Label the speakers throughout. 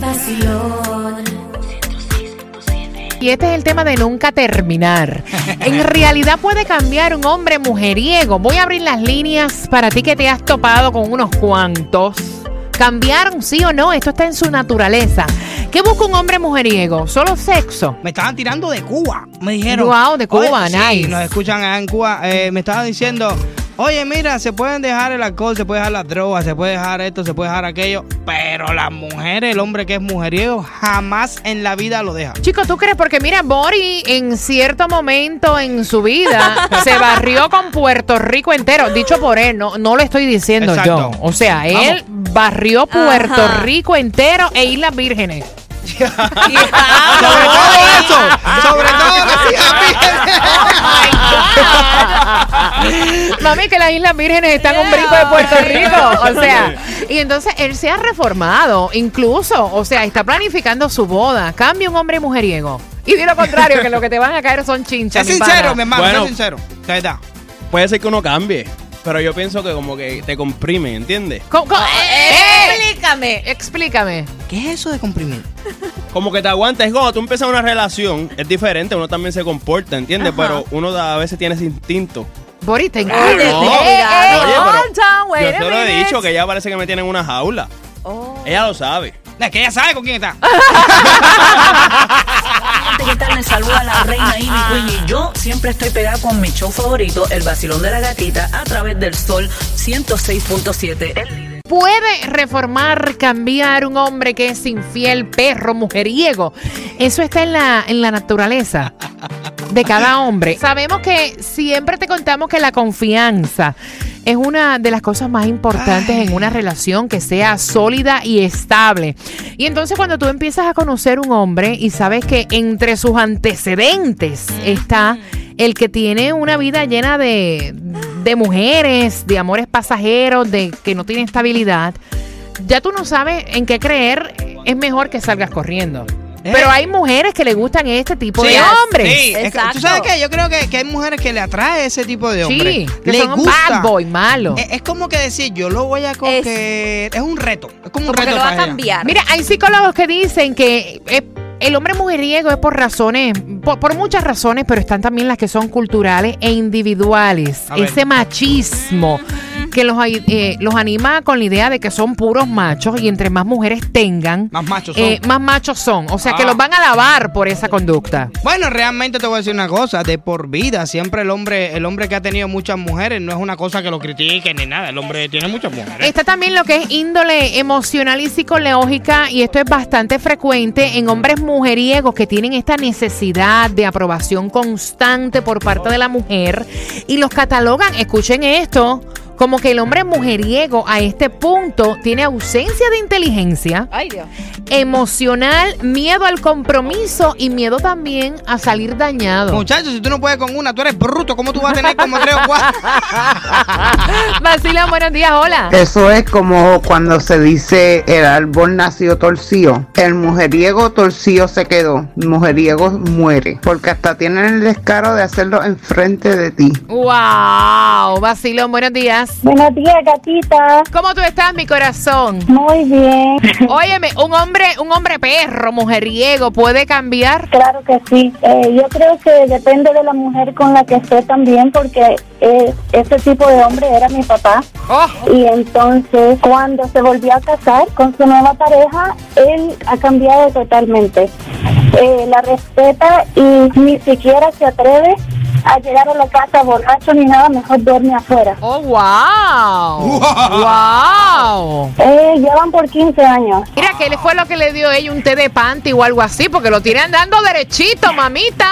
Speaker 1: Vacilón.
Speaker 2: Y este es el tema de nunca terminar. En realidad puede cambiar un hombre mujeriego. Voy a abrir las líneas para ti que te has topado con unos cuantos. ¿Cambiaron sí o no? Esto está en su naturaleza. ¿Qué busca un hombre mujeriego? ¿Solo sexo?
Speaker 3: Me estaban tirando de Cuba. Me dijeron.
Speaker 2: Guau, de Cuba,
Speaker 3: sí,
Speaker 2: nice.
Speaker 3: nos escuchan allá en Cuba. Eh, me estaban diciendo. Oye, mira, se pueden dejar el alcohol, se puede dejar las drogas, se puede dejar esto, se puede dejar aquello. Pero las mujeres, el hombre que es mujeriego, jamás en la vida lo deja.
Speaker 2: Chico, ¿tú crees? Porque mira, Bori en cierto momento en su vida se barrió con Puerto Rico entero. Dicho por él, no, no lo estoy diciendo yo.
Speaker 3: Exacto.
Speaker 2: O sea,
Speaker 3: Vamos.
Speaker 2: él barrió Puerto
Speaker 4: Ajá.
Speaker 2: Rico entero e Islas Vírgenes.
Speaker 3: Sobre todo eso, sobre todo las hijas Oh
Speaker 2: Mami, que las Islas Vírgenes están un brinco de Puerto Rico. O sea, y entonces él se ha reformado, incluso, o sea, está planificando su boda. Cambia un hombre mujeriego. Y di lo contrario, que lo que te van a caer son chinchas.
Speaker 3: Es
Speaker 2: mi pana.
Speaker 3: sincero, mi hermano,
Speaker 5: Bueno.
Speaker 3: es sincero. De verdad.
Speaker 5: Puede ser que uno cambie, pero yo pienso que como que te comprime, ¿entiendes?
Speaker 2: Co- co- eh, eh,
Speaker 4: Explícame.
Speaker 2: Explícame.
Speaker 3: ¿Qué es eso de comprimir?
Speaker 5: Como que te aguantes. Es Cuando tú empiezas una relación, es diferente, uno también se comporta, ¿entiendes? Pero uno da- a veces tiene ese instinto.
Speaker 2: Borita,
Speaker 4: Oye,
Speaker 2: incluye.
Speaker 4: no. cuidado.
Speaker 5: oye, pero
Speaker 4: Hold on, wait a
Speaker 5: yo te lo he
Speaker 4: minute.
Speaker 5: dicho, que ella parece que me tiene en una jaula.
Speaker 4: Oh.
Speaker 5: Ella lo sabe.
Speaker 3: Es que ella sabe con quién está.
Speaker 6: ¿qué tal? Les saluda la reina Ivy Queen y yo siempre estoy pegada con mi show favorito, El Vacilón de la Gatita, a través del Sol 106.7. El líder.
Speaker 2: Puede reformar, cambiar un hombre que es infiel, perro, mujeriego. Eso está en la, en la naturaleza de cada hombre. Sabemos que siempre te contamos que la confianza es una de las cosas más importantes en una relación que sea sólida y estable. Y entonces cuando tú empiezas a conocer un hombre y sabes que entre sus antecedentes está el que tiene una vida llena de, de mujeres, de amores pasajeros, de que no tiene estabilidad, ya tú no sabes en qué creer, es mejor que salgas corriendo. Pero hay mujeres que le gustan este tipo de hombres.
Speaker 3: Eh. Sí, es que-
Speaker 4: Exacto.
Speaker 3: ¿Tú sabes qué? Yo creo que, que hay mujeres que le atrae ese tipo de hombres.
Speaker 2: Sí, que
Speaker 3: Les
Speaker 2: son un
Speaker 3: este gusta. Eh,
Speaker 2: bad boy malo.
Speaker 3: Es, es como que decir, yo lo voy a coger. Es, un reto. Es como un
Speaker 4: Porque
Speaker 3: reto.
Speaker 4: lo va a
Speaker 3: para ella.
Speaker 4: cambiar.
Speaker 2: Mira, hay psicólogos que dicen que eh, el hombre mujeriego es por razones, por, por muchas razones, pero están también las que son culturales e individuales.
Speaker 3: A ver.
Speaker 2: Ese machismo que los, ay- eh, los anima con la idea de que son puros machos y entre más mujeres tengan,
Speaker 3: Más machos son.
Speaker 2: eh, más machos son. O sea, que
Speaker 3: Ah.
Speaker 2: los van a lavar por esa conducta.
Speaker 3: Bueno, realmente te voy a decir una cosa, de por vida, siempre el hombre, el hombre que ha tenido muchas mujeres, no es una cosa que lo critiquen ni nada, el hombre tiene muchas mujeres.
Speaker 2: Está también lo que es índole emocional y psicológica y esto es bastante frecuente en hombres mujeriegos que tienen esta necesidad de aprobación constante por parte de la mujer y los catalogan, escuchen esto, como que el hombre mujeriego a este punto tiene ausencia de inteligencia,
Speaker 4: Ay, Dios.
Speaker 2: emocional, miedo al compromiso y miedo también a salir dañado.
Speaker 3: Muchachos, si tú no puedes con una, tú eres bruto, ¿cómo tú vas a tener como tres o cuatro?
Speaker 2: Vacila, buenos días, hola.
Speaker 7: Eso es como cuando se dice el árbol nació torcido. El mujeriego torcido se quedó. Mujeriego muere. Porque hasta tienen el descaro de hacerlo enfrente de ti.
Speaker 2: Wow, vacilón, buenos días.
Speaker 8: Buenos días, gatita.
Speaker 2: ¿Cómo tú estás, mi corazón?
Speaker 8: Muy bien.
Speaker 2: Óyeme, un hombre, un hombre perro, mujeriego, puede cambiar.
Speaker 8: Claro que sí. Eh, yo creo que depende de la mujer con la que esté también, porque eh, ese tipo de hombre era mi papá.
Speaker 2: Oh,
Speaker 8: Y entonces, cuando se volvió a casar con su nueva pareja, él ha cambiado totalmente. Eh, la respeta y ni siquiera se atreve a llegar a la casa borracho ni nada, mejor duerme afuera.
Speaker 2: oh, wow. Wow.
Speaker 8: Eh, llevan por 15 años.
Speaker 2: Mira, que le fue lo que le dio ella un té de panty o algo así, porque lo tiran dando derechito, mamita.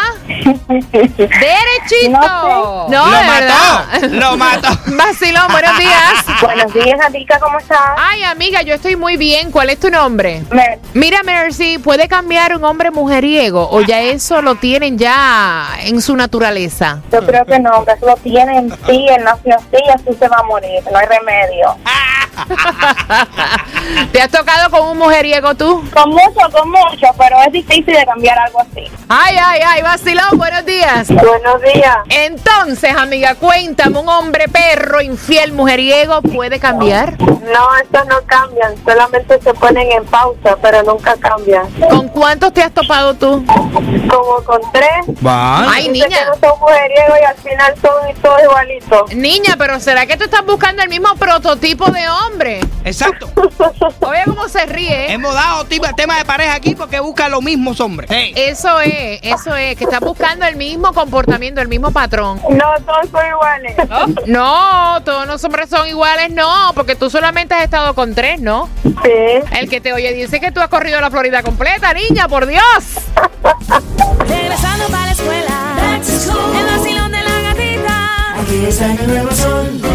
Speaker 2: Derechito.
Speaker 8: No sé.
Speaker 2: No,
Speaker 3: lo
Speaker 2: de
Speaker 3: mató,
Speaker 2: verdad.
Speaker 3: lo mató.
Speaker 2: Vacilón, buenos días.
Speaker 8: Buenos días, Atica, ¿cómo estás?
Speaker 2: Ay, amiga, yo estoy muy bien. ¿Cuál es tu nombre?
Speaker 8: Me-
Speaker 2: Mira, Mercy, ¿puede cambiar un hombre mujeriego o ya eso lo tienen ya en su naturaleza?
Speaker 8: Yo creo que no, que eso lo tiene en sí, él nació así, así se va a morir, no hay remedio.
Speaker 2: ¿Te has tocado con un mujeriego tú?
Speaker 8: Con mucho, con mucho, pero es difícil de cambiar algo así.
Speaker 2: Ay, ay, ay, vacilón, buenos días.
Speaker 8: Buenos días.
Speaker 2: Entonces, amiga, cuéntame, ¿un hombre perro, infiel, mujeriego puede cambiar?
Speaker 8: No, estos no cambian, solamente se ponen en pausa, pero nunca cambian.
Speaker 2: ¿Con cuántos te has topado tú?
Speaker 8: Como con tres.
Speaker 5: Va.
Speaker 2: Ay,
Speaker 8: dicen
Speaker 2: niña.
Speaker 8: que no son mujeriegos y al final son todos igualitos.
Speaker 2: Niña, pero ¿será que tú estás buscando el mismo prototipo de hombre?
Speaker 3: Exacto.
Speaker 2: Oye, cómo se ríe. ¿eh?
Speaker 3: Hemos dado tipa- temas de pareja aquí porque buscan los mismos hombres. Sí.
Speaker 2: Eso es, eso es, que estás buscando el mismo comportamiento, el mismo patrón.
Speaker 8: No, todos son iguales.
Speaker 2: No, todos los hombres son iguales, no, porque tú solamente has estado con tres, ¿no?
Speaker 8: Sí.
Speaker 2: El que te oye dice que tú has corrido la Florida completa, niña, por Dios.
Speaker 1: Aquí está el nuevo sol.